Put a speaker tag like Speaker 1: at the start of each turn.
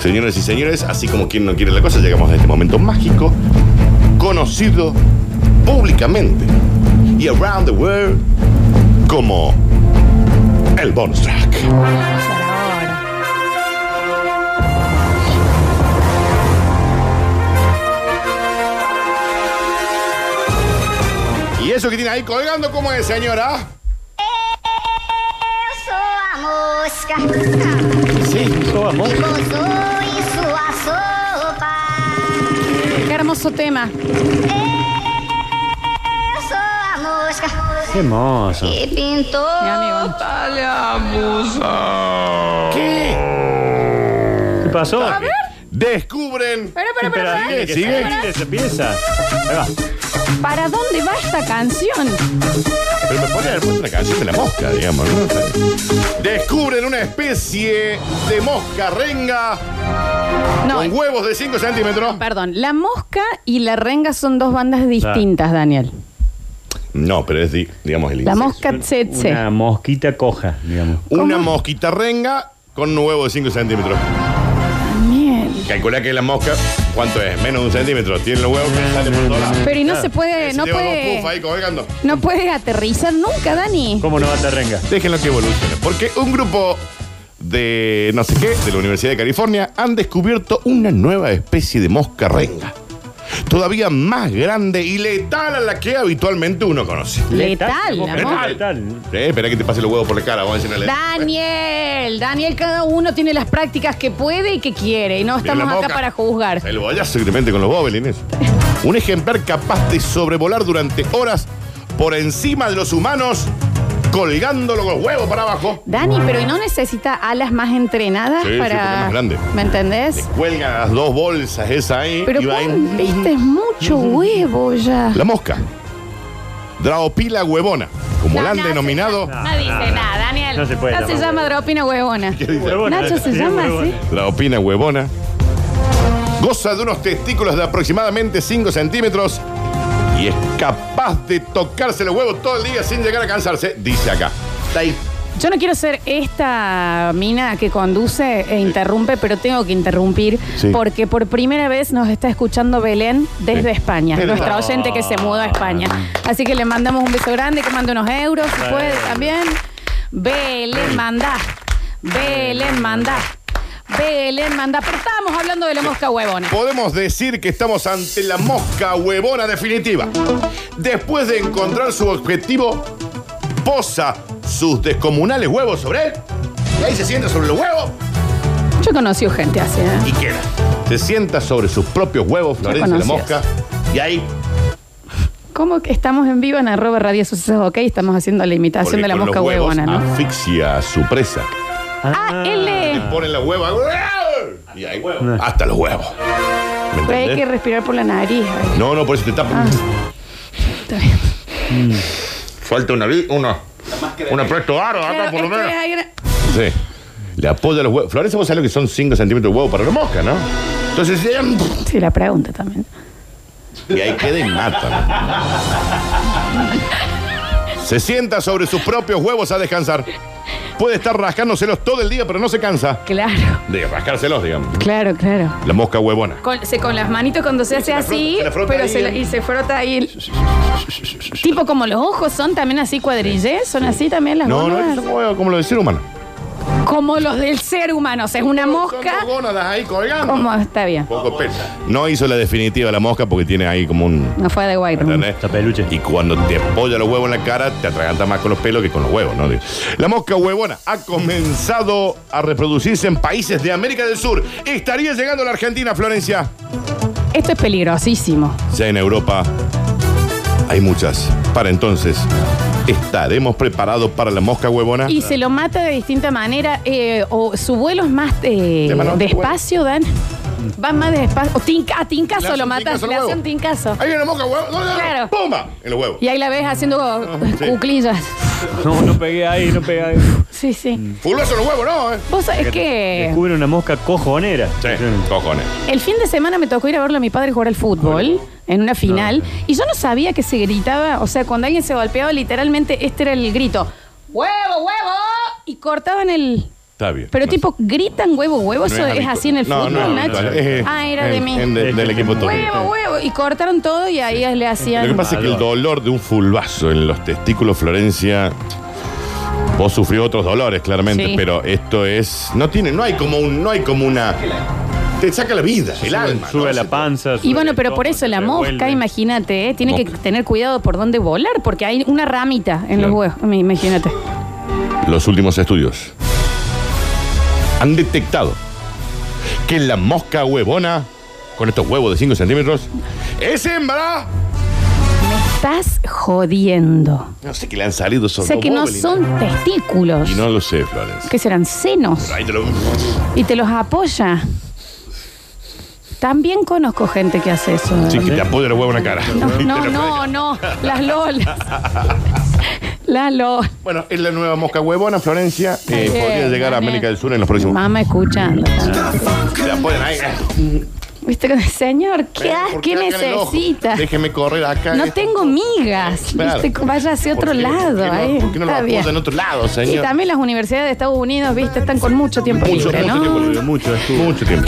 Speaker 1: Señoras y señores, así como quien no quiere la cosa, llegamos a este momento mágico, conocido públicamente y around the world como el bonus track. ¿Y eso que tiene ahí colgando cómo es, señora?
Speaker 2: Eu sou a mosca e
Speaker 1: Sí.
Speaker 2: pousou em sua sopa.
Speaker 3: Qué hermoso tema.
Speaker 2: Eu sou a mosca
Speaker 4: Qué hermoso.
Speaker 2: que pintou
Speaker 3: Mi amigo.
Speaker 1: ¿Qué?
Speaker 4: ¿Qué pasó?
Speaker 1: Descubren.
Speaker 3: Pero, pero, pero, ¿eh?
Speaker 4: Pero
Speaker 3: pará.
Speaker 4: tiene que
Speaker 1: Sigue,
Speaker 4: salir
Speaker 1: sigue.
Speaker 4: de esa pieza. Ahí va.
Speaker 3: ¿para dónde va esta canción?
Speaker 1: Pero me pone haber puesto una canción de la mosca, digamos, ¿no? Descubren una especie de mosca renga
Speaker 3: No, eh.
Speaker 1: con huevos de 5 centímetros.
Speaker 3: perdón. La mosca y la renga son dos bandas distintas, Daniel.
Speaker 1: No, pero es, di- digamos, el
Speaker 3: La
Speaker 1: insecto.
Speaker 3: mosca tsetse.
Speaker 4: Una mosquita coja, digamos.
Speaker 1: Una mosquita renga con un huevo de 5 centímetros.
Speaker 3: Bien.
Speaker 1: Calcula que la mosca, ¿cuánto es? Menos de un centímetro. Tiene los huevos que sale por todos lados.
Speaker 3: Pero y no se
Speaker 1: Si
Speaker 3: puede, Eh, no
Speaker 1: lleva dos pufas
Speaker 3: puede,
Speaker 1: ahí colgando.
Speaker 3: no puede aterrizar nunca, Dani.
Speaker 4: ¿Cómo no va a renga?
Speaker 1: Déjenlo que evolucione. Porque un grupo de no sé qué, de la Universidad de California, han descubierto una nueva especie de mosca renga. Todavía más grande y letal a la que habitualmente uno conoce.
Speaker 3: Letal, la
Speaker 4: Letal.
Speaker 3: mosca.
Speaker 4: Letal.
Speaker 1: Eh, espera que te pase los huevos por la cara, vamos a decirle.
Speaker 3: Daniel, Daniel, cada uno tiene las prácticas que puede y que quiere. Y no
Speaker 1: Mira la
Speaker 3: estamos acá
Speaker 1: mosca.
Speaker 3: para juzgar.
Speaker 1: El bollazo que te mete con los bobelines. Un ejemplar capaz de sobrevolar durante horas por encima de los humanos, colgándolo con los huevos para abajo.
Speaker 3: Dani, pero ¿y no necesita alas más entrenadas
Speaker 1: Sí, sí,
Speaker 3: para.
Speaker 1: porque es más grande.
Speaker 3: ¿Me
Speaker 1: Le
Speaker 3: entendés?
Speaker 1: cuelgan las dos bolsas esas ahí
Speaker 3: Pero
Speaker 1: y va
Speaker 3: Juan,
Speaker 1: ahí.
Speaker 3: viste, es mucho huevo ya.
Speaker 1: La mosca. Draopila huevona, como la han denominado.
Speaker 3: No, dice nada, Daniel.
Speaker 4: No se puede
Speaker 3: Ya se
Speaker 4: llamar
Speaker 3: llama Dropina Huevona.
Speaker 1: ¿Qué dice?
Speaker 4: Huevona.
Speaker 3: Nacho se
Speaker 4: Sí,
Speaker 3: llama así.
Speaker 4: huevona.
Speaker 1: Draopila huevona. Goza de unos testículos de aproximadamente 5 centímetros y es capaz de tocarse los huevos todo el día sin llegar a cansarse, dice acá. Está ahí.
Speaker 3: Yo no quiero ser esta mina que conduce e interrumpe, pero tengo que interrumpir
Speaker 1: Sí.
Speaker 3: porque por primera vez nos está escuchando Belén desde
Speaker 1: Sí. Ah.
Speaker 3: España,
Speaker 1: Pero-
Speaker 3: nuestra oyente que se mudó a España. Así que le mandamos un beso grande, que mande unos euros, si
Speaker 4: Bueno.
Speaker 3: puede también. Belén, mandá. Belén, mandá. Belén, mandá. Pero estábamos hablando de la mosca huevona.
Speaker 1: Podemos decir que estamos ante la mosca huevona definitiva. Después de encontrar su objetivo, posa sus descomunales huevos sobre él. Y ahí se sienta sobre los huevos
Speaker 3: Yo conocí gente así, ¿eh?
Speaker 1: y queda. Se sienta sobre sus propios huevos, Florencia la
Speaker 3: conocí
Speaker 1: mosca. Y ahí,
Speaker 3: ¿Cómo que estamos en vivo en arroba radio sucesos? Ok, estamos haciendo la imitación
Speaker 1: porque
Speaker 3: de la
Speaker 1: con
Speaker 3: mosca
Speaker 1: los huevos,
Speaker 3: huevona, ¿no?
Speaker 1: Asfixia a su presa.
Speaker 3: Ah, L.
Speaker 1: Ponen la hueva. Y ahí, hasta los huevos. ¿Me
Speaker 3: Pero Pues hay Ah. que
Speaker 1: entendés?
Speaker 3: respirar por la nariz. ay,
Speaker 1: No, no, por eso te tapan.
Speaker 3: Está bien.
Speaker 1: Falta una, vi- una, un apresto aro acá,
Speaker 3: Claro,
Speaker 1: Ah, por lo
Speaker 3: esto
Speaker 1: menos.
Speaker 3: es aire-
Speaker 1: Sí. Le apoya los huevos. Florencia, vos sabés lo que son 5 centímetros de huevo para una mosca, ¿no? Entonces, se llaman-
Speaker 3: Sí, la pregunta también.
Speaker 1: y ahí queda y mata. Se sienta sobre sus propios huevos a descansar. Puede estar rascándoselos todo el día, pero no se cansa
Speaker 3: Claro,
Speaker 1: de rascárselos, digamos.
Speaker 3: claro, claro.
Speaker 1: La mosca huevona.
Speaker 3: Con, se- con las manitos cuando se hace
Speaker 1: la frota-
Speaker 3: así,
Speaker 1: se la frota
Speaker 3: pero
Speaker 1: ahí,
Speaker 3: se la-
Speaker 1: eh.
Speaker 3: y se frota ahí. el- Tipo como los ojos son también así cuadrillés, son así también las
Speaker 1: No, no,
Speaker 3: gónadas.
Speaker 1: es como, como lo del ser humano.
Speaker 3: Como los del ser humano, o sea, es una mosca. Oh.
Speaker 1: Son dos gónadas ahí colgando.
Speaker 3: Como está bien.
Speaker 1: Poco pesa. No hizo la definitiva la mosca porque tiene ahí como un...
Speaker 3: No fue de White Room.
Speaker 1: ¿Entendés?
Speaker 4: Esta peluche.
Speaker 1: Y cuando te apoya los huevos en la cara, te atraganta más con los pelos que con los huevos, ¿no? Digo. La mosca huevona ha comenzado a reproducirse en países de América del Sur. Estaría llegando a la Argentina, Florencia.
Speaker 3: Esto es peligrosísimo.
Speaker 1: Ya en Europa hay muchas. Para entonces, estaremos preparados para la mosca huevona.
Speaker 3: Y se lo mata de distinta manera. eh, o su vuelo es más eh,
Speaker 1: De mano- Mm.
Speaker 3: despacio, Dan. Va más despacio. O tinca, a
Speaker 1: Le
Speaker 3: Tincaso
Speaker 1: hace
Speaker 3: lo
Speaker 1: un
Speaker 3: matas.
Speaker 1: tincazo al
Speaker 3: Le hace
Speaker 1: huevo.
Speaker 3: un Tincaso.
Speaker 1: Hay una mosca huevona.
Speaker 3: Claro.
Speaker 1: ¡Pumba! En los huevos.
Speaker 3: Y ahí la ves haciendo
Speaker 1: Ah, sí.
Speaker 3: cuclillas.
Speaker 4: No, no pegué ahí, no pegué ahí.
Speaker 3: Sí, sí.
Speaker 1: Fuloso en los huevos, ¿no? eh?
Speaker 3: Vos sabés que
Speaker 4: Descubre una mosca cojonera.
Speaker 1: Sí, cojones.
Speaker 3: el fin de semana me tocó ir a verlo a mi padre jugar al fútbol en una final. Y yo no sabía que se gritaba. O sea, cuando alguien se golpeaba, literalmente este era el grito. ¡Huevo, huevo! Y cortaban el,
Speaker 1: Está bien.
Speaker 3: Pero
Speaker 1: No
Speaker 3: tipo, gritan huevo, huevo,
Speaker 1: sé.
Speaker 3: eso
Speaker 1: No
Speaker 3: es,
Speaker 1: habitual.
Speaker 3: así en el
Speaker 1: No,
Speaker 3: fútbol,
Speaker 1: no es
Speaker 3: Nacho.
Speaker 1: habitual, es-
Speaker 3: ah, era de
Speaker 1: en-
Speaker 3: mí.
Speaker 1: en de- del equipo todo.
Speaker 3: Huevo, huevo. Y cortaron todo y ahí le hacían.
Speaker 1: Lo que pasa es que el dolor de un fulbazo en los testículos, Florencia. Vos sufrió otros dolores, claramente,
Speaker 3: Sí.
Speaker 1: pero esto es. No tiene, no hay como un, no hay como una. Te saca la vida, el alma.
Speaker 4: Sube
Speaker 1: ¿no?
Speaker 4: la
Speaker 1: Se-
Speaker 4: panza.
Speaker 3: Y
Speaker 4: sube
Speaker 3: bueno,
Speaker 4: el
Speaker 3: pero por
Speaker 4: estómago,
Speaker 3: eso la
Speaker 4: se
Speaker 3: mosca,
Speaker 4: revuelve.
Speaker 3: imagínate, ¿eh? tiene que
Speaker 1: Mosca.
Speaker 3: tener cuidado por dónde volar, porque hay una ramita en los
Speaker 1: Claro.
Speaker 3: huevos. Im- Imagínate.
Speaker 1: Los últimos estudios han detectado que la mosca huevona, con estos huevos de 5 centímetros, es hembra.
Speaker 3: Estás jodiendo.
Speaker 1: No sé que le han salido
Speaker 3: O
Speaker 1: esos
Speaker 3: sea que no
Speaker 1: globóbulos y
Speaker 3: son testículos,
Speaker 1: Y no lo sé, Florencia.
Speaker 3: que serán senos,
Speaker 1: Ahí te lo-
Speaker 3: y te los apoya. También conozco gente que hace eso. ¿eh?
Speaker 1: Sí, que te apoya el huevo en la cara.
Speaker 3: No, no, no, no, las lolas. Las lolas.
Speaker 1: Bueno, es la nueva mosca huevona, Florencia. Eh,
Speaker 3: Está bien,
Speaker 1: podría llegar a
Speaker 3: Daniel.
Speaker 1: América del Sur en los próximos.
Speaker 3: Mamá escuchando.
Speaker 1: Te apoyan ahí.
Speaker 3: ¿Viste? que- Señor, ¿qué,
Speaker 1: Ven,
Speaker 3: haces?
Speaker 1: ¿por
Speaker 3: ¿Qué
Speaker 1: acá en el ojo?
Speaker 3: necesita?
Speaker 1: Déjeme correr acá.
Speaker 3: No
Speaker 1: Ah, Esto-
Speaker 3: tengo migas.
Speaker 1: Claro.
Speaker 3: ¿viste? Vaya hacia
Speaker 1: ¿Por
Speaker 3: otro
Speaker 1: qué-
Speaker 3: lado.
Speaker 1: ¿Por qué
Speaker 3: ahí.
Speaker 1: no, por qué no lo
Speaker 3: Está
Speaker 1: apoyan
Speaker 3: bien.
Speaker 1: en otro lado,
Speaker 3: Y
Speaker 1: señor?
Speaker 3: también las universidades de Estados Unidos, viste, están con mucho tiempo
Speaker 1: Mucho,
Speaker 3: libre,
Speaker 1: mucho
Speaker 3: ¿no?
Speaker 1: tiempo libre, mucho, mucho tiempo.